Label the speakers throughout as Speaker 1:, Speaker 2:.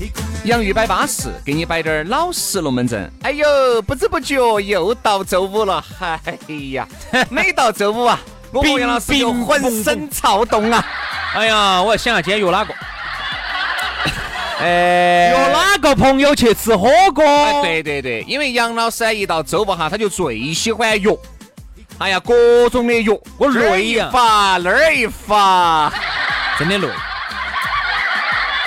Speaker 1: y con el
Speaker 2: 洋芋摆巴适，给你摆点儿老实龙门阵。哎呦，不知不觉又到周五了，哎 呀，每到周五啊，我和杨老师就浑身躁动啊。
Speaker 3: 哎呀，我要想下今天约 哪个，哎
Speaker 2: 哎
Speaker 3: 约哪个朋友去吃火锅？
Speaker 2: 哎，对对对，因为杨老师啊一到周五哈，他就最喜欢约。哎呀，各种的约，我
Speaker 3: 累呀
Speaker 2: 这儿一发那儿一发，
Speaker 3: 真的累。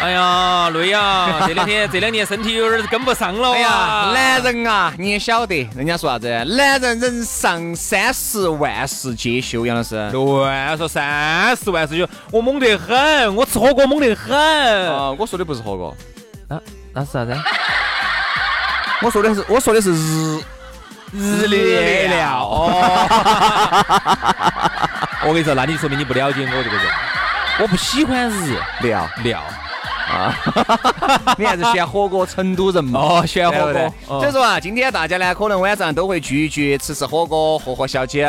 Speaker 3: 哎呀，累 呀！这两天这两年身体有点儿跟不上了
Speaker 2: 哎呀，男
Speaker 3: 人
Speaker 2: 人啊，你也晓得，人家说啥子？男人人上三十，万事皆休。杨老师，
Speaker 3: 乱说三十万是有，我猛得很，我吃火锅猛得很。
Speaker 2: 啊，我说的不是火锅，
Speaker 3: 那那是啥子？
Speaker 2: 我说的是我说的是日
Speaker 3: 日
Speaker 2: 日料
Speaker 3: 哦，我跟你说，那你说明你不了解我这个人，我不喜欢日
Speaker 2: 料。
Speaker 3: 料。
Speaker 2: 你还是选火锅，成都人嘛。
Speaker 3: 哦喜欢火锅
Speaker 2: 对不对
Speaker 3: 哦
Speaker 2: 所以说啊，今天大家呢，可能晚上都会聚一聚，吃吃火锅，喝喝小酒，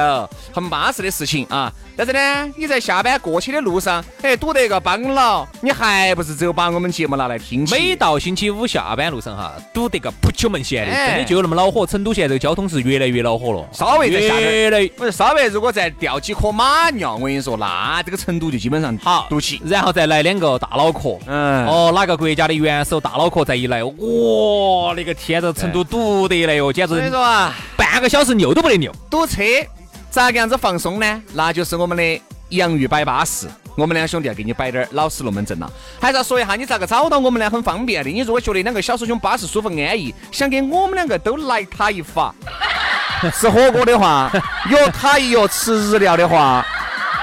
Speaker 2: 很巴适的事情啊。但是呢，你在下班过去的路上，哎，堵得一个帮老，你还不是只有把我们节目拿来听起？
Speaker 3: 每到星期五下班路上哈，堵得个扑球门线的，
Speaker 2: 哎
Speaker 3: 真的就有那么恼火。成都现在这个交通是越来越恼火了，
Speaker 2: 稍微再下点儿
Speaker 3: 越来。
Speaker 2: 我说稍微如果再掉几颗马尿，我跟你说，那这个成都就基本上
Speaker 3: 好
Speaker 2: 堵起。
Speaker 3: 然后再来两个大脑壳，
Speaker 2: 嗯
Speaker 3: 哦，哪个国家的元首大脑壳再一来，哇，那个天，这成都堵得嘞哟，简
Speaker 2: 哎所以
Speaker 3: 直
Speaker 2: 说啊，
Speaker 3: 半个小时扭都不得扭。
Speaker 2: 堵车咋个样子放松呢？那就是我们的洋芋摆巴士。我们两兄弟要给你摆点儿老实龙门阵了，还是要说一下你咋个找到我们呢？很方便的，你如果觉得两个小师兄巴适、舒服、安逸，想给我们两个都来他一发， 吃火锅的话，约他一约吃日料的话。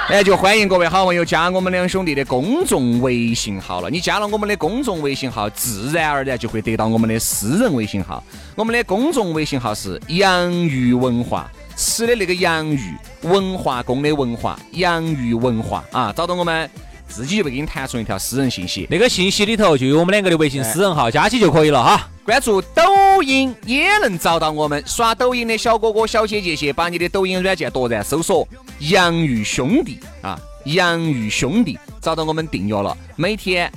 Speaker 2: 哎，就欢迎各位好朋友加我们两兄弟的公众微信号了。你加了我们的公众微信号，自然而然就会得到我们的私人微信号。我们的公众微信号是“洋芋文化”，吃的那个洋芋，文化宫的文化，洋芋文化啊！找到我们，自己就会给你弹出一条私人信息。
Speaker 3: 那个信息里头就有我们两个的微信私人号，
Speaker 2: 哎
Speaker 3: 加起就可以了哈。
Speaker 2: 关注抖音也能找到我们。刷抖音的小哥哥、小姐姐些，把你的抖音软件夺然搜索“洋芋兄弟”啊，“洋芋兄弟”，找到我们订阅了，每天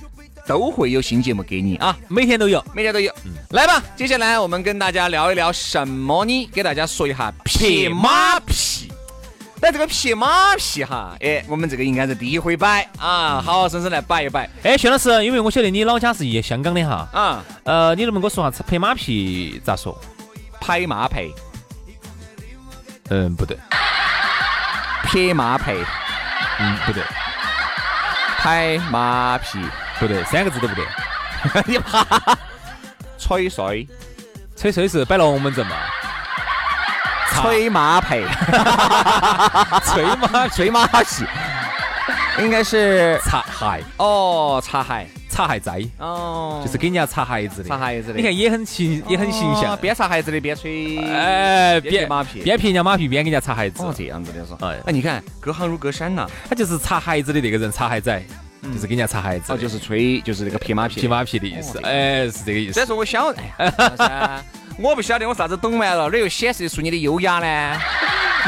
Speaker 2: 都会有新节目给你啊，
Speaker 3: 每天都有
Speaker 2: 每天都有。来吧，接下来我们跟大家聊一聊什么呢？给大家说一下撇马屁。但这个撇马屁哈，哎，我们这个应该是第一回摆啊，好好生生来摆一摆
Speaker 3: 哎，薛老师，因为我晓得你老家是香港的哈，
Speaker 2: 啊，
Speaker 3: 呃，你能不能给我说下拍马屁咋说？
Speaker 2: 拍马屁。
Speaker 3: 嗯，不对，
Speaker 2: 撇马屁，
Speaker 3: 嗯，不对，
Speaker 2: 拍马屁，
Speaker 3: 不对，三个字都不对。
Speaker 2: 你怕 吹水，
Speaker 3: 吹吹是摆龙门阵 嘛？
Speaker 2: 吹马屁，
Speaker 3: 吹马
Speaker 2: 吹马屁，应该是
Speaker 3: 擦鞋，
Speaker 2: 哦，擦鞋，
Speaker 3: 擦鞋仔，
Speaker 2: 哦，
Speaker 3: 就是给人家擦鞋子的。
Speaker 2: 擦鞋子的
Speaker 3: 你看也很形，也很形
Speaker 2: 哦
Speaker 3: 象。
Speaker 2: 边擦鞋子的边吹，
Speaker 3: 哎，
Speaker 2: 边
Speaker 3: 边
Speaker 2: 撇马屁
Speaker 3: 边撇人家马屁，边给人家擦鞋子。
Speaker 2: 哦，这样子的说，
Speaker 3: 哎
Speaker 2: 哎，你看隔行如隔山呐，
Speaker 3: 他就是擦鞋子的那个人，擦鞋仔，就是给人家擦鞋子的，
Speaker 2: 嗯哦，就是吹，就是那个撇马屁
Speaker 3: 撇。马屁的意思。
Speaker 2: 哦
Speaker 3: 哎，是这个意
Speaker 2: 虽
Speaker 3: 思
Speaker 2: 然。说我晓得，哎呀是啊我不晓得我啥子懂完了，哪又显示出你的优雅呢？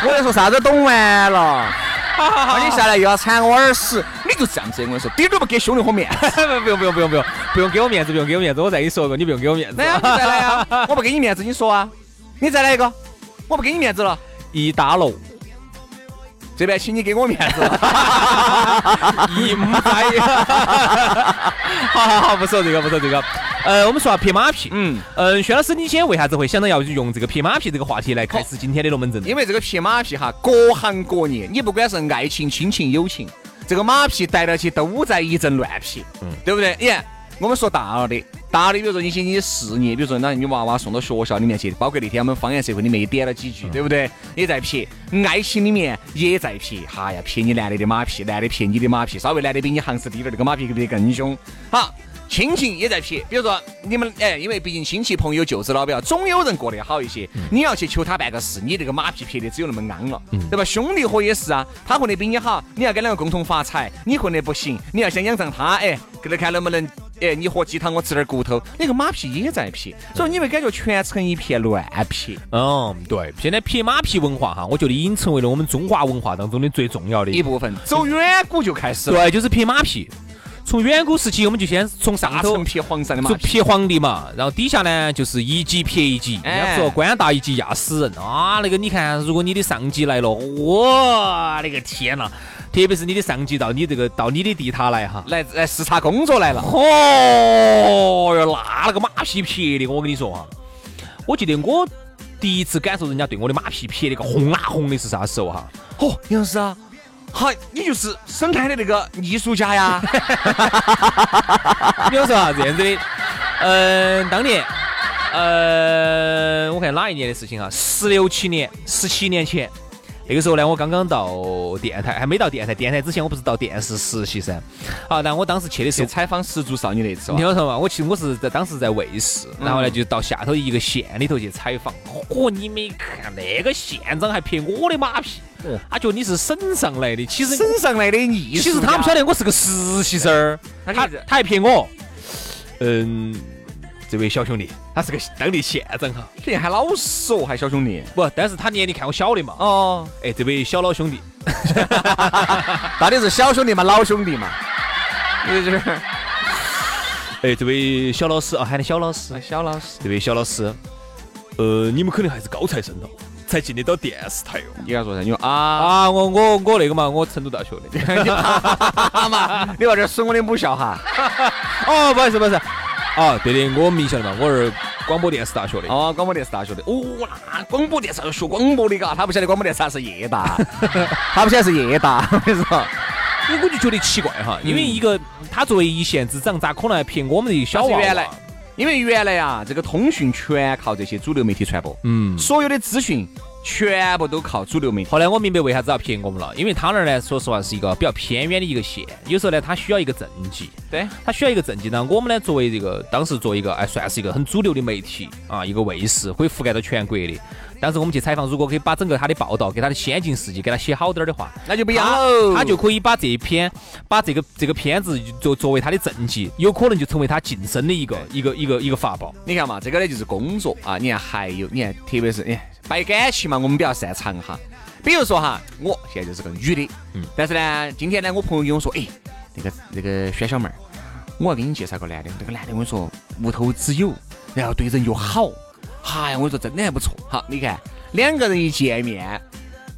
Speaker 2: 我在说啥子懂完了，那你下来又要铲我耳屎，你就这样子，我跟你说，点儿都不给兄弟伙面子。
Speaker 3: 不用不用不用不用不用给我面子，不用给我面子，我再给你说一个，你不用给我面子
Speaker 2: 来。呀，你再来呀！ 我不给你面子，你说啊，你再来一个，我不给你面子了。
Speaker 3: 一大龙，
Speaker 2: 这边请你给我面子了。
Speaker 3: 一母胎。好好好，不说这个，不说这个。呃，我们说下拍马屁。
Speaker 2: 嗯
Speaker 3: 嗯，薛老师，你今天为啥子会想到要用这个拍马屁这个话题来开始今天的龙门阵呢？
Speaker 2: 因为这个匹马屁哈，各行各业，你不管是爱情、亲情、友情，这个马屁逮到起都在一阵乱劈，对不对？你看，我们说大了的，大了的，比如说你些你的事业，比如说那你娃娃送到学校里面去，包括那天我们方言社会里面也点了几句，对不对？也在撇，爱情里面也在撇，哈呀，撇你男的的马屁，男的撇你的马屁，稍微男的比你行势低点儿，这个马屁比更凶。好，亲情也在撇，比如说你们哎，因为毕竟亲戚朋友舅子老表，总有人过得好一些。
Speaker 3: 嗯
Speaker 2: 你要去求他办个事，你这个马屁撇的只有那么昂了，
Speaker 3: 嗯
Speaker 2: 对吧？兄弟伙也是啊，他混得比你好，你要跟两个共同发财，你混得不行，你要想仰仗他，哎，跟他看能不能。哎，你喝鸡汤，我吃点骨头，那个马屁也在撇，所以你会感觉全城一片乱撇，
Speaker 3: 嗯，对，现在拍马屁文化哈，我觉得已经成为了我们中华文化当中的最重要的
Speaker 2: 一部分走远古就开始了，
Speaker 3: 对，就是拍马屁。从远古时期，我们就先从上
Speaker 2: 大
Speaker 3: 头
Speaker 2: 城撇黄山的马
Speaker 3: 就
Speaker 2: 屁，
Speaker 3: 撇皇帝嘛，然后底下呢就是一级撇一级，人家
Speaker 2: 哎
Speaker 3: 说官大一级压死人啊！那个你看，如果你的上级来了，我那个天呐！特别是你的上级到你这个到你的地塔来哈，
Speaker 2: 来来视察工作来了。
Speaker 3: 哦哟，那那个马屁撇的，我跟你说哈，我记得我第一次感受人家对我的马屁撇那个红啊红的是啥时候哈？
Speaker 2: 哦，杨老师啊，好，你就是省台的那个艺术家呀。
Speaker 3: 比方说啊，这样子 的，嗯、当年，呃，我看哪一年的事情啊？十六七年、十七年前，那个时候呢，我刚刚到电台，还没到电台，电台之前我不是到电视实习噻。好，那我当时去的时
Speaker 2: 去
Speaker 3: 候。
Speaker 2: 采访十足少女那次
Speaker 3: 你
Speaker 2: 吧
Speaker 3: 听，我说嘛，我其实我是在当时在卫视，然后呢就到下头一个县里头去采访。嚯、你没看那个县长还拍我的马屁，
Speaker 2: 哦
Speaker 3: 他觉得你是省上来的。其实
Speaker 2: 省上来的艺术
Speaker 3: 其实他不晓得我是个实习生儿，
Speaker 2: 他
Speaker 3: 他
Speaker 2: 就是
Speaker 3: 他还骗我。嗯，这位小兄弟，他是个当地县长哈，
Speaker 2: 得还老实哦，还小兄弟。
Speaker 3: 不，但是他年龄看我小的嘛。
Speaker 2: 哦，
Speaker 3: 哎，这位小老兄弟，
Speaker 2: 到底是小兄弟嘛，老兄弟嘛？你这是
Speaker 3: 哎，这位小老师啊，喊你小老师，
Speaker 2: 小老师，
Speaker 3: 这位小老师，呃，你们肯定还是高材生哦，才进得到电视台哦。
Speaker 2: 你要说啥？你说啊
Speaker 3: 啊，我我我那个嘛，我成都大学的。
Speaker 2: 啊嘛，你往这损我的母校哈？
Speaker 3: 哦，不是不是，啊，对的，我名校的嘛，我是广播电视大学的。
Speaker 2: 哦，广播电视大学的。哦，那广播电视大学学广播的嘎，他不晓得广播电视他是夜大， 他不晓得是夜大，我跟你说，
Speaker 3: 我我就觉得奇怪哈，因为一个他作为一县之长，咋可能还骗我们这些小
Speaker 2: 他是
Speaker 3: 娃娃？
Speaker 2: 原来。因为原来呀，这个通讯全靠这些主流媒体传播，
Speaker 3: 嗯，
Speaker 2: 所有的资讯全部都靠主流媒体。
Speaker 3: 后来我明白为啥子要骗我们了，因为他那儿呢，说实话是一个比较偏远的一个县，有时候呢，他需要一个政绩，
Speaker 2: 对，
Speaker 3: 他需要一个政绩呢，我们呢作为这个当时作为一个哎算是一个很主流的媒体啊，一个卫视可以覆盖到全国的。当时我们去采访，如果可以把整个他的报道给他的先进事迹给他写好点儿的话，
Speaker 2: 那就不一样
Speaker 3: 他
Speaker 2: 喽。
Speaker 3: 他就可以把这一篇，把这个这个片子就作作为他的政绩，有可能就成为他晋升的一个一个一个一个法宝。
Speaker 2: 你看嘛，这个呢就是工作啊。你看还有，你看特别是你看摆感情嘛，我们比较擅长哈。比如说哈，我现在就是个女的，嗯，但是呢，今天呢，我朋友跟我说，哎，那个那个轩小妹儿，我要给你介绍个男的，那个男的我跟你说无头之友，然后对人又好，嗨、我跟你说真的还不错。好，你看两个人一见面，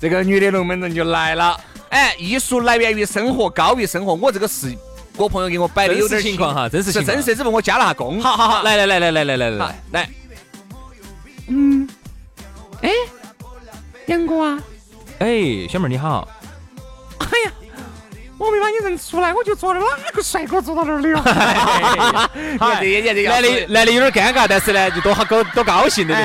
Speaker 2: 这个女的龙门阵就来了。哎，艺术来源于生活，高于生活。我这个是我朋友给我摆的有
Speaker 3: 真
Speaker 2: 点
Speaker 3: 实情况哈真实
Speaker 2: 是
Speaker 3: 情况
Speaker 2: 真实，只不过我加了下工。好好好
Speaker 3: 来来来来来来 来
Speaker 2: 来
Speaker 3: 来，
Speaker 2: 来，
Speaker 4: 哎
Speaker 5: 杨哥啊，
Speaker 3: 哎，小妹儿你 好，
Speaker 4: 我没把你认出来，我就坐到哪个帅哥坐到哪儿了。
Speaker 2: 看这眼睛这 个
Speaker 3: 来 的来的有点尴尬，但是呢，就多好高多高兴的那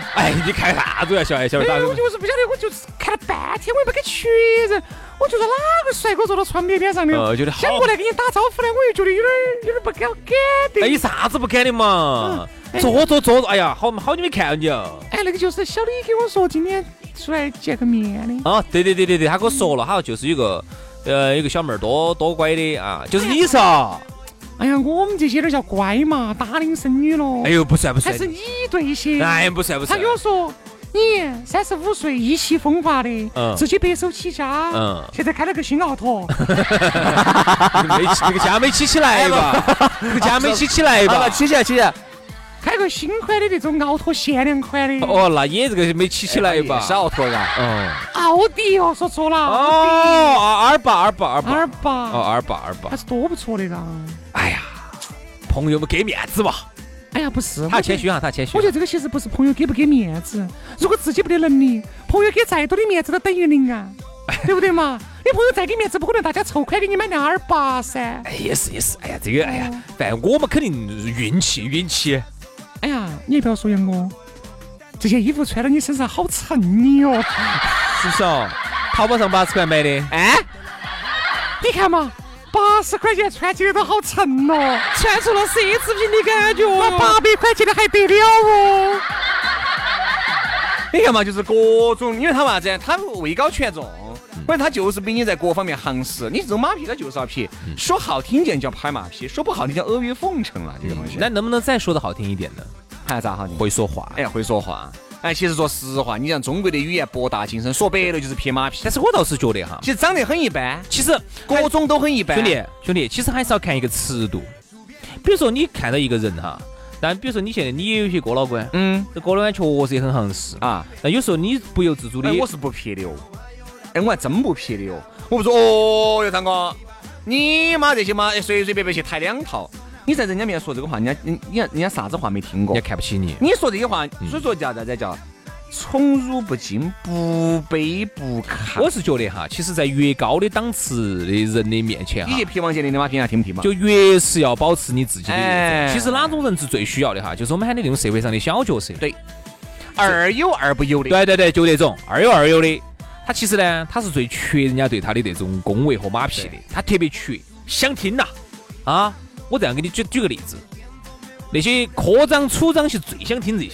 Speaker 3: 种。哎，你开啥子玩笑？哎，小妹
Speaker 4: 哎，我
Speaker 3: 儿，
Speaker 4: 就是不晓得，我就是看了半天，我也没给确认，我就说哪个帅哥坐到床边边上的，
Speaker 3: 呃觉得好
Speaker 4: 想过来给你打招呼呢，我又觉得有点有点不敢敢
Speaker 3: 哎，
Speaker 4: 的。
Speaker 3: 有啥子不敢的嘛？
Speaker 4: 嗯
Speaker 3: 坐坐坐，哎呀，好好久没看到你了。
Speaker 4: 哎，那个就是小李跟我说今天出来见个面的，
Speaker 3: 啊，对对对对对，他跟我说了，哈，就是有个呃，有个小妹儿多多乖的啊，就是你嗦。
Speaker 4: 哎呀，我们这些点叫乖嘛，大龄剩女了，
Speaker 3: 哎呦，不算不
Speaker 4: 还
Speaker 3: 算
Speaker 4: 是，你对些。
Speaker 3: 哎，不算不
Speaker 4: 他
Speaker 3: 算
Speaker 4: 跟。我说。你三十五岁意气风发的，
Speaker 3: 嗯
Speaker 4: 自己白手起家，
Speaker 3: 嗯哎
Speaker 4: 现在开了个新奥拓，
Speaker 3: 没起那个家没起起来
Speaker 4: 哎
Speaker 3: 吧？ 那个家没起起 来
Speaker 2: 好
Speaker 3: 吧
Speaker 4: 啊
Speaker 2: 了，？起起来，起起来。
Speaker 4: 开个新款的那种奥拓限量款的，
Speaker 3: 哦，那也这个没起起来
Speaker 4: 哎
Speaker 3: 吧？
Speaker 2: 哎少坨啊！
Speaker 3: 嗯。
Speaker 4: 奥迪哦，说错了，
Speaker 3: 哦，啊二八二八二
Speaker 4: 奥迪，二
Speaker 3: 八。
Speaker 4: 八，
Speaker 3: 哦，二八二八
Speaker 4: 还。是多不错的啦。
Speaker 3: 哎呀，朋友们给面子嘛，
Speaker 4: 哎呀，不是，
Speaker 3: 他
Speaker 4: 我
Speaker 3: 要
Speaker 4: 觉得
Speaker 3: 谦虚哈，啊他要谦虚
Speaker 4: 我觉。得这个其实不是朋友给不给面子，如果自己不得能力，朋友给再多的面子都等于 零啊，对不对嘛？你朋友再给面子，不可能大家凑款给你买辆阿尔巴噻。
Speaker 3: 哎，也是也是，哎呀，这个哎呀，但我们肯定运气运气。
Speaker 4: 哎呀，你也不要说杨哥，这件衣服穿到你身上好衬你哦。
Speaker 3: 是不是哦？淘宝上八十块买的，
Speaker 2: 哎，
Speaker 4: 你看嘛，八十块钱穿起来都好沉哦，穿出了奢侈品的感觉。那八百块钱的还得了哦？
Speaker 2: 你看嘛，就是各种，因为他为啥子？他位高权重，或者他就是比你在各方面行势。你扔马屁，他就是要撇。
Speaker 3: 嗯
Speaker 2: 说好听点叫拍马屁，说不好听叫阿谀奉承了，这个东西。
Speaker 3: 那能不能再说的好听一点呢？
Speaker 2: 还咋好听？
Speaker 3: 嗯会说话。
Speaker 2: 哎，会说话。哎，其实说实话，你像中国的语言博大精深，说白了就是撇马屁
Speaker 3: 但。是我倒是觉得哈，
Speaker 2: 其实长得很一般，
Speaker 3: 其实
Speaker 2: 各种都很一般。
Speaker 3: 哎兄弟，兄弟，其实还是要看一个尺度。比如说你看到一个人哈，但比如说你现在你也有些哥老倌，
Speaker 2: 嗯
Speaker 3: 这哥老倌确实也很行势啊。
Speaker 2: 啊，
Speaker 3: 但有时候你不由自主的
Speaker 2: 哎，，我是不撇的哦。哎，我还真不撇的哦。我不说哦哟，张哥，你妈这些嘛，哎随随便便去抬两套。你在人家面前说这个话，人家人人家人家啥子话没听过
Speaker 3: 人家？看不起你。
Speaker 2: 你说这些话，
Speaker 3: 嗯
Speaker 2: 所以说叫啥子叫宠辱不惊，不卑不亢。
Speaker 3: 我是觉得哈，其实在越高的档次的人的面前哈
Speaker 2: 你，去皮王姐的你妈听下听不听嘛？
Speaker 3: 就越是要保持你自己的原
Speaker 2: 哎
Speaker 3: 则。其实哪种人是最需要的哈？就是我们喊的那种社会上的小角色。对，
Speaker 2: 二有二不有的。
Speaker 3: 对对对，就那种二有二有的。他其实呢，他是最缺人家对他的那种恭维和马屁的，他特别缺，想听呐、啊。我这样给你举举个例子，那些科长、处长是最想听这些。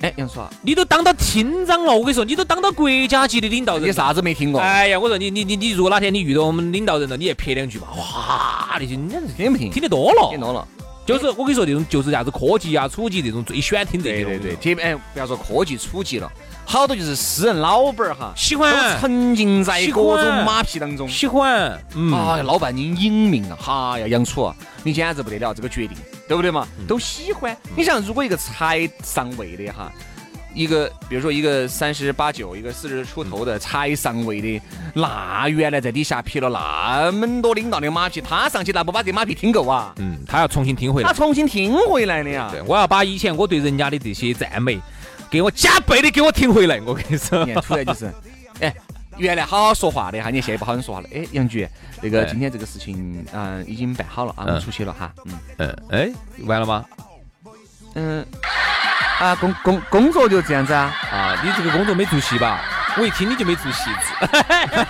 Speaker 2: 哎，杨叔啊，
Speaker 3: 你都当到厅长了，我跟你说，你都当到国家级的领导人了，
Speaker 2: 你啥子没听过？
Speaker 3: 哎呀，我说你你你你，如果哪天你遇到我们领导人了，你也撇两句吧。哇，那些人家是
Speaker 2: 听不听？
Speaker 3: 听得多了，
Speaker 2: 听懂了。
Speaker 3: 就是我跟你说，这种就是啥子科技啊、处级这种最喜欢听这些东西。
Speaker 2: 特别哎，不要说科技初级了，好多就是私人老板儿哈，
Speaker 3: 喜
Speaker 2: 都
Speaker 3: 欢
Speaker 2: 沉浸在
Speaker 3: 喜
Speaker 2: 各
Speaker 3: 欢
Speaker 2: 种马屁当中。
Speaker 3: 喜欢，嗯，
Speaker 2: 哎呀，老板您英明啊！哈呀，杨楚啊，你简直不得了，这个决定，对不对嘛？
Speaker 3: 嗯
Speaker 2: 都喜欢。你想，如果一个才上位的哈，一个比如说一个三十八九，一个四十出
Speaker 3: 嗯
Speaker 2: 头的才上位的，那原来在底下撇了那么多领导的马屁，他上去那不把这马屁听够啊？
Speaker 3: 嗯，他要重新听回
Speaker 2: 他
Speaker 3: 来。
Speaker 2: 重新听回来的呀。
Speaker 3: 对，我要把以前我对人家的这些赞美，给我加倍的给我听回来。我跟你说
Speaker 2: 你，看，突然就是，哎，原来好好说话的哈，你现在不好说话了。哎，杨局，那个
Speaker 3: 哎
Speaker 2: 今天这个事情，嗯、已经办好了啊，
Speaker 3: 嗯
Speaker 2: 我出去了哈。嗯
Speaker 3: 嗯，哎，完了吗？
Speaker 2: 嗯，啊，工工工作就这样子啊。
Speaker 3: 啊，你这个工作没出息吧？我一听你就没出息子，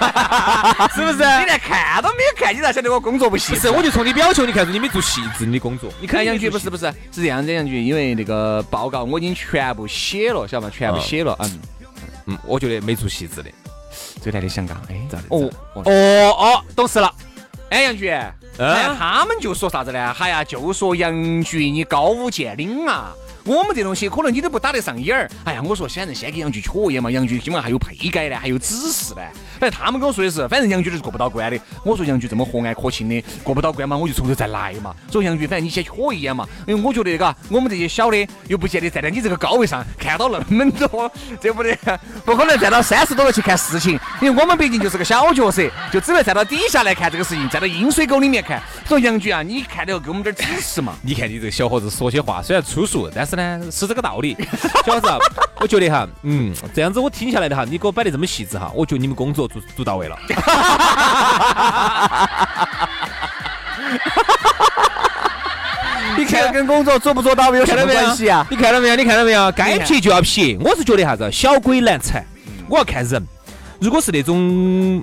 Speaker 3: 是不是？
Speaker 2: 你连看都没有看，你咋晓得我工作不细
Speaker 3: 不是，我就从你表情，你看出你没做细致你的工作。你
Speaker 2: 你看
Speaker 3: 看
Speaker 2: 杨
Speaker 3: 杨
Speaker 2: 局
Speaker 3: 局
Speaker 2: 不
Speaker 3: 不
Speaker 2: 是
Speaker 3: 是
Speaker 2: 不是是这样子，杨局，因为那个报告我已经全部写了，晓得吧？全部
Speaker 3: 嗯
Speaker 2: 写了，嗯。
Speaker 3: 嗯，我觉得没做细致的。
Speaker 2: 这台的香港，哎，咋的？
Speaker 3: 咋
Speaker 2: 哦
Speaker 3: 的
Speaker 2: 哦，
Speaker 3: 哦哦，懂事了。
Speaker 2: 哎，杨局，哎，他们就说啥子呢？哎呀，就说杨局你高屋建瓴啊，我们这东西可能你都不打得上眼儿。哎呀，我说显然先给杨局确一嘛，杨局今晚还有配改呢，还有指示呢。哎，他们跟我说的是，反正杨局就是过不到关的。我说杨局这么和蔼可亲的，过不到关嘛，我就从头再来嘛。所以杨局，反正你先确一眼嘛，因为我觉得嘎，我们这些小的又不见得站在你这个高位上看到那么多，这不得不可能站到三十多了去看事情，因为我们毕竟就是个小角色，就只能站到底下来看这个事情，站到阴水沟里面看。所以杨局啊，你看到给我们点儿指示嘛。
Speaker 3: 你看你这个小伙子说些话虽然粗俗，但是呢是这个道理。 小伙子啊，我觉得哈，嗯，这样子我听下来的哈，你给我摆得这么细致哈，我觉得你们工作做做到位了。你
Speaker 2: 这
Speaker 3: 看
Speaker 2: 跟工作做不做到位有
Speaker 3: 看到没有？
Speaker 2: 啊
Speaker 3: 你看到没有？你看到没有？该撇就要撇。我是觉得啥子，小鬼难缠，我要看人。如果是那种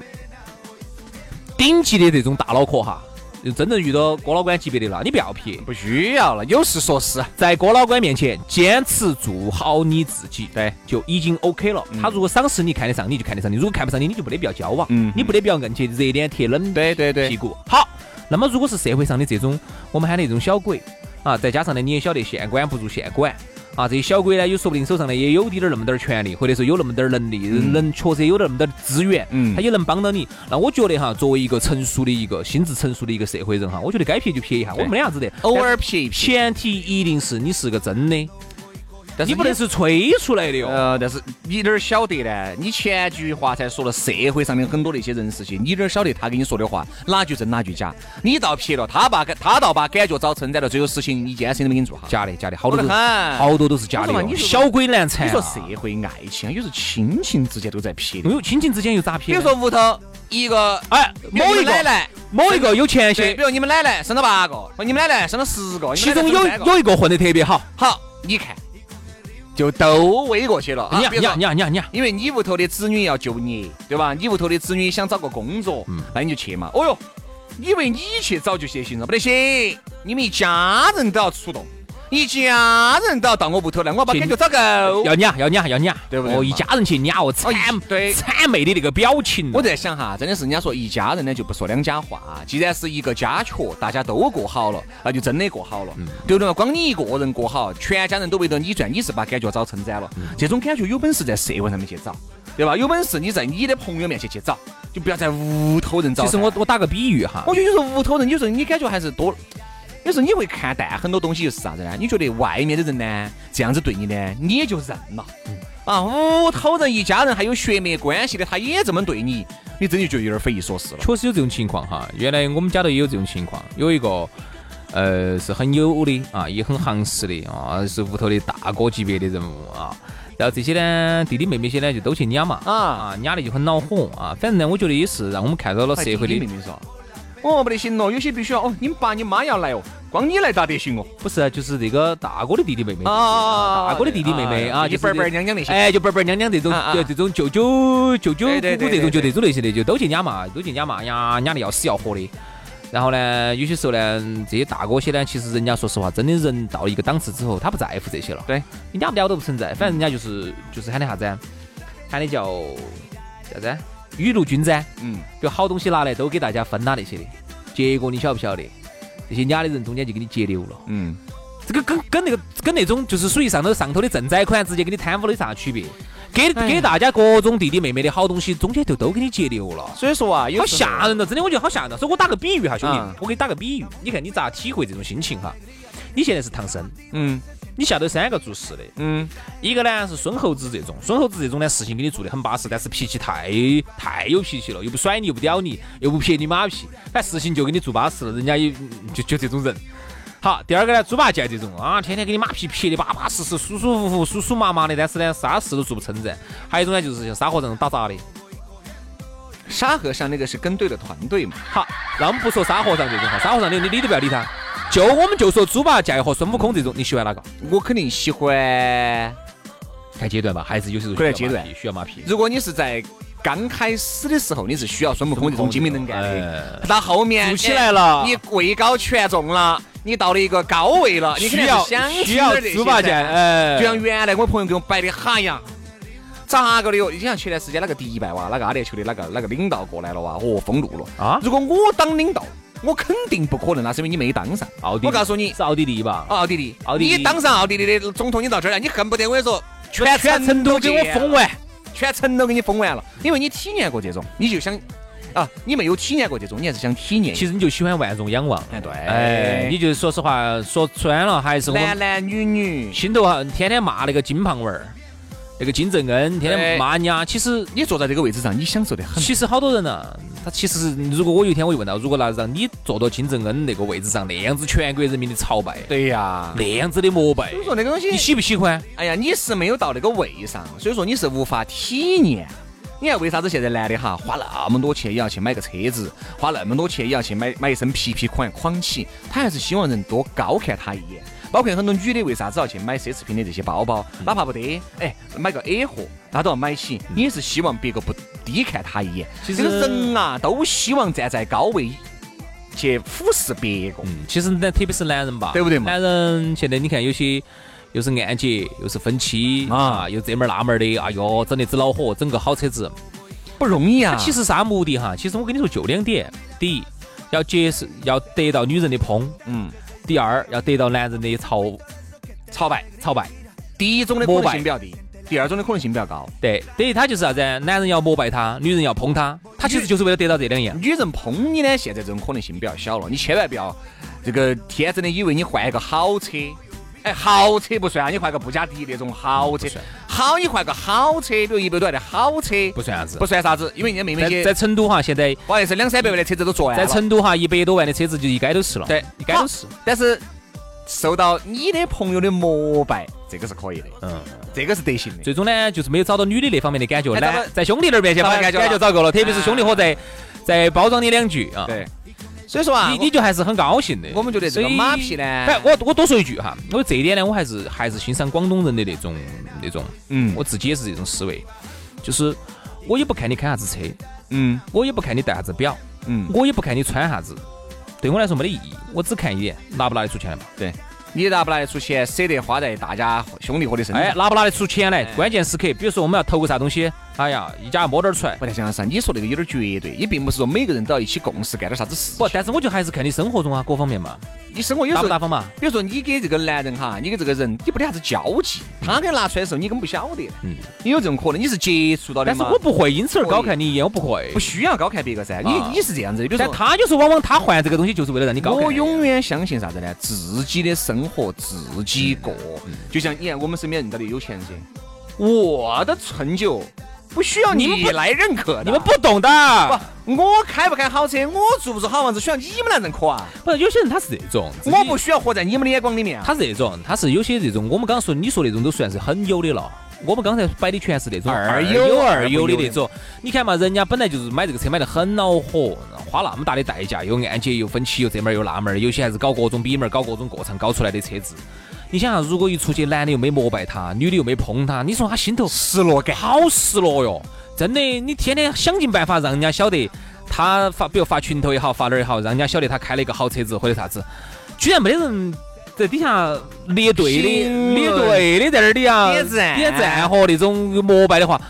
Speaker 3: 顶级的这种大脑壳哈，就真正遇到哥老倌级别的了，你不要撇。
Speaker 2: 不需要了，有事说事。啊
Speaker 3: 在哥老倌面前坚持做好你自己，对，就已经 OK 了。他如果赏识你，看得上你就看得上你；如果看不上你，你就没得必要交往，
Speaker 2: 嗯
Speaker 3: 你没得必要硬去热脸贴冷
Speaker 2: 对对对
Speaker 3: 屁股。好，那么如果是社会上的这种我们喊的这种小鬼啊，再加上呢，你也晓得县官不如县管。啊，这些小鬼呢，有说不定手上呢也有滴点儿那么点儿权利，或者说有那么点儿能力，能确实有那么点儿资源，
Speaker 2: 嗯
Speaker 3: 他也能帮到你。那我觉得哈，作为一个成熟的一个心智成熟的一个社会人哈，我觉得该撇就撇一下，我没得啥子的。
Speaker 2: 偶尔撇一撇，
Speaker 3: 前提一定是你是个真的，
Speaker 2: 但是
Speaker 3: 你不能是吹出来的哟。
Speaker 2: 呃，但是你哪儿晓得呢？你前句话才说了社会上的很多的一些人事情，你哪儿晓得他跟你说的话哪句真哪句假？你倒撇了，他把他倒把感觉找称赞了，最后事情一件事情都没给你做好。
Speaker 3: 假的，假的，好多
Speaker 2: 我
Speaker 3: 都
Speaker 2: 的
Speaker 3: 是
Speaker 2: 很
Speaker 3: 好多都是假的哟
Speaker 2: 我说嘛你。说
Speaker 3: 小鬼难缠
Speaker 2: 你
Speaker 3: 啊。
Speaker 2: 说社会爱情，有时候亲情之间都在撇
Speaker 3: 哎
Speaker 2: 的。
Speaker 3: 呦，亲情之间又咋
Speaker 2: 比
Speaker 3: 撇
Speaker 2: 如
Speaker 3: 呢？
Speaker 2: 说屋头一个
Speaker 3: 哎，
Speaker 2: 比如
Speaker 3: 某
Speaker 2: 你
Speaker 3: 一
Speaker 2: 们奶
Speaker 3: 个
Speaker 2: 奶，
Speaker 3: 某一个有钱
Speaker 2: 对，
Speaker 3: 些
Speaker 2: 比，如你们奶奶生了八个，或你们奶奶生了十个，你
Speaker 3: 其
Speaker 2: 们奶
Speaker 3: 中有
Speaker 2: 奶生了三个
Speaker 3: 有一个混得特别好。
Speaker 2: 好，你看就都喂过去了啊
Speaker 3: 你！呀
Speaker 2: 比
Speaker 3: 你
Speaker 2: 如
Speaker 3: 呀
Speaker 2: 说
Speaker 3: 你呀你呀你呀，
Speaker 2: 因为你屋头的子女要就业，对吧？你屋头的子女想找个工作，那你就去嘛。哦哟，以为你去找就去行了，不得行，你们一家人都要出动，一家人都要到我屋头来，我要把
Speaker 3: 去
Speaker 2: 感觉找够。
Speaker 3: 要你呀要你呀要你呀，
Speaker 2: 对不对
Speaker 3: 哦，
Speaker 2: 嘛
Speaker 3: 一家人去撵哦，谄
Speaker 2: 一对
Speaker 3: 谄媚的那个表情
Speaker 2: 我。在想哈，真的是人家说一家人呢就不说两家话，既然是一个家雀，大家都过好了，那就真的过好了，
Speaker 3: 嗯
Speaker 2: 对不对嘛？光你一个人过好，全家人都围着你转，你是把感觉找称赞
Speaker 3: 嗯
Speaker 2: 了。这种感觉有本事在社会上面去找，对吧？有本事你在你的朋友面前去找，就不要在屋头人找
Speaker 3: 其
Speaker 2: 噻。
Speaker 3: 实我我打个比喻哈，
Speaker 2: 我觉得有时候屋头人，有时候你感觉还是多，有时候你会看淡很多东西，就是啥子呢？你觉得外面的人呢这样子对你呢，你也就认了。啊，屋头人一家人还有血脉关系的，他也这么对你，你真就觉得有点匪夷所思了。
Speaker 3: 确实有这种情况哈。原来我们家头也有这种情况，有一个呃是很有的啊，也很行实的啊，是屋头的大哥级别的人物啊。然后这些呢，弟弟妹妹些呢就都去撵嘛
Speaker 2: 啊
Speaker 3: 啊，撵的就很恼火啊。反正呢，我觉得也是让我们看到了社会
Speaker 2: 明
Speaker 3: 的，
Speaker 2: 明说，哦，不得行咯，有些必须要哦，你们爸你妈要来哦，光你来打得行哦。
Speaker 3: 不是啊就是这个大哥的弟弟妹妹
Speaker 2: 啊
Speaker 3: 大哥的弟弟妹妹啊，
Speaker 2: 你
Speaker 3: 就是
Speaker 2: 板
Speaker 3: 这
Speaker 2: 板娘娘那些。
Speaker 3: 哎，就板板娘娘这种，
Speaker 2: 啊啊
Speaker 3: 就这种舅舅舅舅
Speaker 2: 对
Speaker 3: 姑
Speaker 2: 对
Speaker 3: 姑这种，
Speaker 2: 对
Speaker 3: 就
Speaker 2: 对对
Speaker 3: 这种类型的，就都去撵嘛，都去撵嘛，呀，撵的要死要活的。然后呢，有些时候呢，这些大哥些呢，其实人家说实话，真的人到了一个档次之后，他不在乎这些了。
Speaker 2: 对，
Speaker 3: 你撵不了都不存在，反正人家就是就是喊的啥子啊，喊的叫啥子啊？雨露均沾，
Speaker 2: 嗯，
Speaker 3: 就好东西拿来都给大家分啦那些的。结果你晓不晓得？这些撵的人中间就给你截流了。
Speaker 2: 嗯，
Speaker 3: 这个跟跟那个跟那种就是属于上头上头的赈灾款直接给你贪污了有啥区别？给
Speaker 2: 哎
Speaker 3: 给大家各种弟弟妹妹的好东西，中间就都给你截流了，
Speaker 2: 所以说啊，有
Speaker 3: 好
Speaker 2: 时候
Speaker 3: 吓人哦了，真的我觉得好吓人了。所以我打个比喻哈，兄弟
Speaker 2: 嗯，
Speaker 3: 我给你打个比喻，你看你咋体会这种心情哈？你现在是唐僧，
Speaker 2: 嗯
Speaker 3: 你下头三个做事的，
Speaker 2: 嗯，
Speaker 3: 一个呢是孙猴子这种，孙猴子这种呢事情给你做的很巴适，但是脾气太太有脾气了，又不甩你，又不屌你，又不撇你马屁，反正事情就给你做巴适了，人家也就就这种人。好，第二个呢，猪八戒这种啊，天天给你马屁撇的巴巴适适、舒舒服服、舒舒麻麻的，但是呢，啥事都做不称赞。还有一种呢，就是像沙和尚打杂的。
Speaker 2: 沙和尚那个是跟对了团队嘛。
Speaker 3: 好，那我们不说沙和尚这种哈，沙和尚你你理都不要理他，就我们就说猪八戒和孙悟空这种，你喜欢哪个？
Speaker 2: 我肯定喜欢。
Speaker 3: 看阶段吧，还是有些时候
Speaker 2: 可能
Speaker 3: 需要
Speaker 2: 阶
Speaker 3: 马
Speaker 2: 段
Speaker 3: 屁需要马屁。
Speaker 2: 如果你是在刚开始的时候，你是需要孙悟空这种精明能干的
Speaker 3: 哎，
Speaker 2: 到后面
Speaker 3: 做起来了
Speaker 2: 哎你位高权重了，你到了一个高位了，啊你肯
Speaker 3: 需
Speaker 2: 定
Speaker 3: 要
Speaker 2: 是想
Speaker 3: 需要猪八戒，
Speaker 2: 哎，
Speaker 3: 哎，
Speaker 2: 就像原来我朋友给我摆的哈呀。咋个的哟？你想前段时间哪个迪拜哇，哪个阿联酋的哪个哪个领导过来了哇？哦，封路了
Speaker 3: 啊
Speaker 2: 如果我当领导，我肯定不可能那是因为你没当上。
Speaker 3: 奥地利，
Speaker 2: 我告诉你，
Speaker 3: 是奥地利吧？
Speaker 2: 奥地利，
Speaker 3: 奥地利
Speaker 2: 你当上奥地利的总统，你到这儿来，你恨不得我跟你说，全
Speaker 3: 全
Speaker 2: 成
Speaker 3: 成
Speaker 2: 都
Speaker 3: 都给我
Speaker 2: 见
Speaker 3: 封
Speaker 2: 了
Speaker 3: 完，
Speaker 2: 全程都给你封完了，因为你体验过这种，你就想啊，你没有体验过这种，你还是想体验。
Speaker 3: 其
Speaker 2: 实，
Speaker 3: 实你就喜欢万众仰望。
Speaker 2: 哎对，
Speaker 3: 哎，你就说实话，说穿了还是我
Speaker 2: 男
Speaker 3: 们
Speaker 2: 男女女，
Speaker 3: 心头哈天天骂那个金胖娃儿，那个金正恩，天
Speaker 2: 对
Speaker 3: 天骂人家。其实，
Speaker 2: 你坐在这个位置上，你享受得哎很。
Speaker 3: 其实好多人呐、他其实如果我有一天我就问到，如果那让你坐到金正恩那个位置上，那样子全国人民的朝拜，
Speaker 2: 对呀，
Speaker 3: 那样子的膜拜
Speaker 2: 所以，说那个东
Speaker 3: 你
Speaker 2: 西，
Speaker 3: 喜不喜欢？
Speaker 2: 哎呀，你是没有到那个位上，所以说你是无法体验。你看为啥子现在男的哈花那么多钱也要去买个车子，花那么多钱也要去买买一身皮皮款款起，他还是希望人多高看他一眼。包括很多女的为啥子要去买奢侈品的这些包包，
Speaker 3: 嗯
Speaker 2: 哪怕不得，哎，买个 A 货，她都要买起，你也是希望别个不低看他一眼。
Speaker 3: 其
Speaker 2: 这个
Speaker 3: 实
Speaker 2: 人啊，都希望站在高位去俯视别个。
Speaker 3: 嗯，其实男，特别是男人吧，
Speaker 2: 对不对嘛
Speaker 3: 男人现在你看有些又是按揭，又是分期
Speaker 2: 啊
Speaker 3: 啊，又这门儿那门儿的，哎呦，整得只恼火，整个好车子。
Speaker 2: 不容易啊。
Speaker 3: 其实啥目的哈？其实我跟你说就两点：第一，要结识，要得到女人的捧；
Speaker 2: 嗯，
Speaker 3: 第二，要得到男人的朝
Speaker 2: 朝拜，
Speaker 3: 朝拜。
Speaker 2: 第一种的可能
Speaker 3: 膜
Speaker 2: 性
Speaker 3: 拜
Speaker 2: 比较低，第二种的可能性比较高。
Speaker 3: 对，等于他就是啥子？男人要膜拜他，女人要捧他，他其实就是为了得到这两样。
Speaker 2: 女人碰你呢，现在这种可能性比较小了，你千万不要这个天真的以为你换一个好车，哎，豪车不算啊，你换个布加迪那种豪车，好你换个好车，比如一百多万的好车，
Speaker 3: 不算啥子
Speaker 2: 不算啥子，因为人家妹妹
Speaker 3: 在
Speaker 2: 些，
Speaker 3: 在成都哈，现在
Speaker 2: 不好意思，两三百万的车子都坐完
Speaker 3: 在
Speaker 2: 了。
Speaker 3: 成都哈，一百多万的车子就一街都是了。
Speaker 2: 对，
Speaker 3: 一街都是
Speaker 2: 好。但是受到你的朋友的膜拜，这个是可以的，嗯，这个是得行的。
Speaker 3: 最终呢，就是没有找到女的那方面的感觉，
Speaker 2: 哎找
Speaker 3: 男
Speaker 2: 到
Speaker 3: 在兄弟那边去
Speaker 2: 找到
Speaker 3: 把感
Speaker 2: 感觉
Speaker 3: 觉
Speaker 2: 了啊
Speaker 3: 找够了，特别是兄弟伙在在包装你两句啊。
Speaker 2: 对，所以说啊，
Speaker 3: 你你就还是很高兴的。
Speaker 2: 我们觉得这
Speaker 3: 所
Speaker 2: 个
Speaker 3: 以
Speaker 2: 马屁呢
Speaker 3: 反正我我多说一句哈，我这一点呢，我还是还是欣赏广东人的那种那种，
Speaker 2: 嗯
Speaker 3: 我自己也是这种思维，就是我也不看你开啥子车，
Speaker 2: 嗯
Speaker 3: 我也不看你戴啥子表，
Speaker 2: 嗯，
Speaker 3: 我也不看你穿啥子，对我来说没得意义，我只看一点，拿不拿得出钱来嘛。
Speaker 2: 对，你拿不拿得出钱，舍得花在大家兄弟伙的身上。
Speaker 3: 哎，拿不拿得出钱来？关键时刻，比如说我们要投个啥东西，哎呀，一家摸点儿出来。
Speaker 2: 不太像是啊你说那个有点绝对，也并不是说每个人都要一起共事干点啥子事情。
Speaker 3: 不，但是我就还是看你生活中啊各方面嘛，
Speaker 2: 你生活有
Speaker 3: 大
Speaker 2: 时
Speaker 3: 不大
Speaker 2: 候，
Speaker 3: 方嘛。
Speaker 2: 比如说你给这个男人哈，你给这个人，你不得啥子交际，他给拿出来的时候，你根本不晓得，
Speaker 3: 嗯
Speaker 2: 你有这种可能，你是接触到的
Speaker 3: 但是
Speaker 2: 嘛？
Speaker 3: 我不会因此而高看你一眼，我不会
Speaker 2: 不。需要高看别个噻，你
Speaker 3: 啊
Speaker 2: 你是这样子的，比如
Speaker 3: 但
Speaker 2: 说。
Speaker 3: 他就是往往他换这个东西，就是为了让你高看。
Speaker 2: 我永远相信啥子呢？自己的生活自己
Speaker 3: 嗯
Speaker 2: 过。就像你看我们身边认到的有钱人，我的成就不需要
Speaker 3: 你们
Speaker 2: 你
Speaker 3: 不
Speaker 2: 来认可的。
Speaker 3: 你们不懂的。
Speaker 2: 不，我开不开好车，我住不住好房子，需要你们来认可啊！
Speaker 3: 不，有些人他是这种，自己
Speaker 2: 我不需要活在你们的眼光里面啊！
Speaker 3: 他是这种，他是有些这种，我们刚刚说你说那种都算是很有的了。我们刚才摆的全是那种
Speaker 2: 二有
Speaker 3: 有
Speaker 2: 二不
Speaker 3: 有的
Speaker 2: 有的
Speaker 3: 那种，你看嘛，人家本来就是买这个车买得很恼火，花那么大的代价，又按揭又分期又这门儿又那门儿，有些还是搞各种比门儿，搞各种过场搞出来的车子。你想啊，如果一出去，男的又没膜拜他，女的又没碰他，你说他心头
Speaker 2: 失落感，
Speaker 3: 好失落哟！真的，你天天想尽办法让人家晓得他发，比如发群头也好，发哪儿也好，让人家晓得他开了一个好车子或者啥子，居然没得人在底下列队的，
Speaker 2: 评论
Speaker 3: 列队的在那儿底下
Speaker 2: 点赞
Speaker 3: 点赞和那种膜拜的话。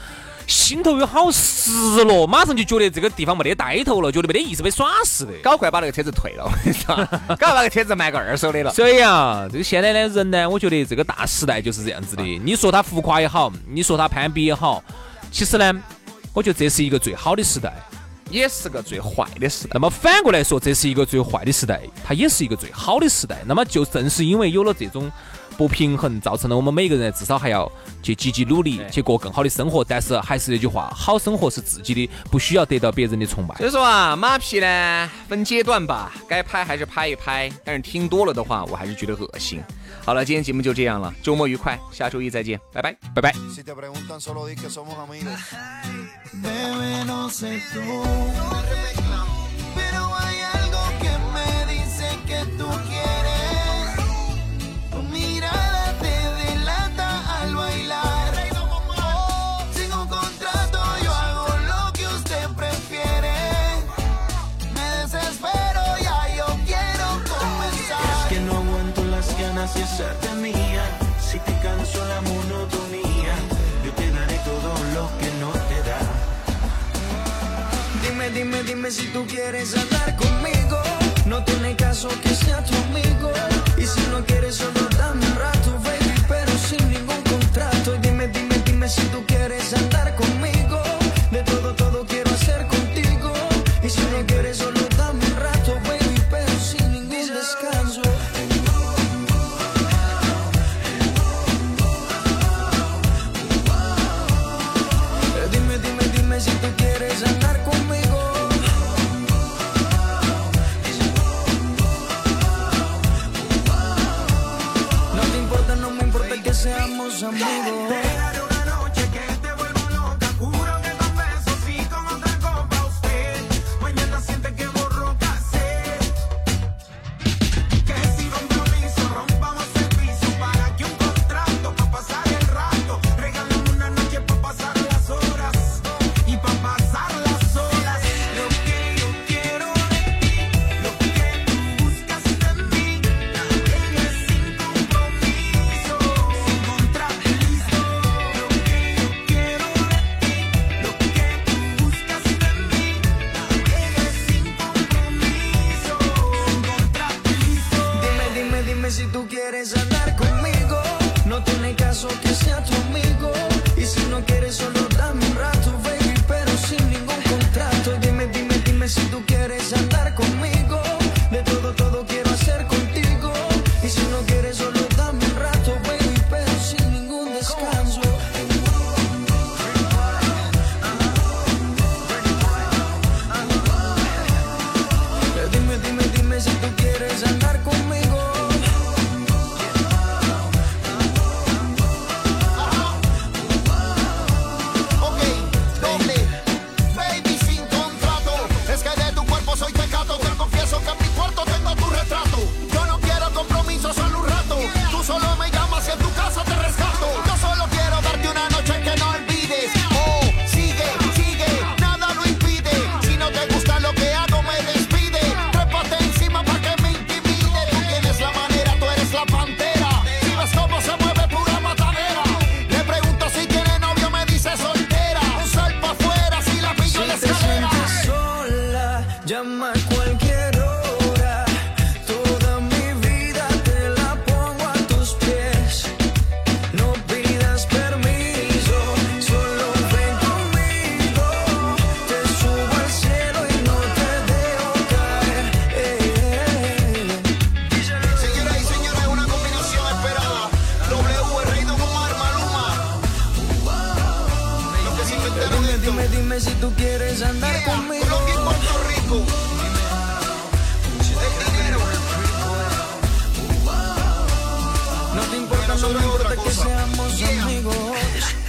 Speaker 3: 心头有好失落，马上就觉得这个地方没得带头了，觉得没得意思，被耍似的。
Speaker 2: 搞快把那个车子退了， 我 跟你说，搞快把那个车子卖个二手的了。
Speaker 3: 所以啊，这个现在的人呢，我觉得这个大时代就是这样子的。你说他浮夸也好，你说他攀比也好，其实呢，我觉得这是一个最好的时代。
Speaker 2: 也是个最坏的事。
Speaker 3: 那么反过来说，这是一个最坏的时代，它也是一个最好的时代。那么就正是因为有了这种不平衡，造成了我们每个人至少还要去积极努力，去过更好的生活。但是还是那句话，好生活是自己的，不需要得到别人的崇拜。
Speaker 2: 所以说啊，马屁呢分阶段吧，该拍还是拍一拍，但是听多了的话，我还是觉得恶心。好了，今天节目就这样了，周末愉快，下周一再见，拜拜。
Speaker 3: 拜拜。
Speaker 6: Si te preguntan, solo di que somos amigos.
Speaker 1: Bebé, no sé tú, pero hay algo que me dice que tú quieres. Tu mirada te delata al bailar. Sin un contrato yo hago lo que usted prefiere. Me desespero ya yo quiero comenzar.
Speaker 7: que no aguanto las ganas de hacerte mía. Si te canso la monotonía, yo te daré todo lo que no te da.
Speaker 1: Dime, dime, dime si tú quieres andar conmigo. No tiene caso que sea tu amigo. Y si no quieres, solo dame un rato, baby, pero sin ningún contrato. Y dime, dime, dime si tú quieres andar conmigo. De todo, todo quiero hacer contigo. Y si no quieres, solo dame un rato, baby, pero sin ningún descanso. Dime, dime, dime si tú quieres andar conmigo. No te importa, no me importa que seamos amigos.
Speaker 7: Era una noche que
Speaker 1: Eh, quieres andar
Speaker 8: Yeah,
Speaker 1: conmigo.
Speaker 8: Colombia y Puerto Rico. El dinero.
Speaker 1: No te importa, no me
Speaker 8: Nosotros otra
Speaker 1: importa que
Speaker 8: cosa.
Speaker 1: seamos
Speaker 8: Yeah.
Speaker 1: amigos.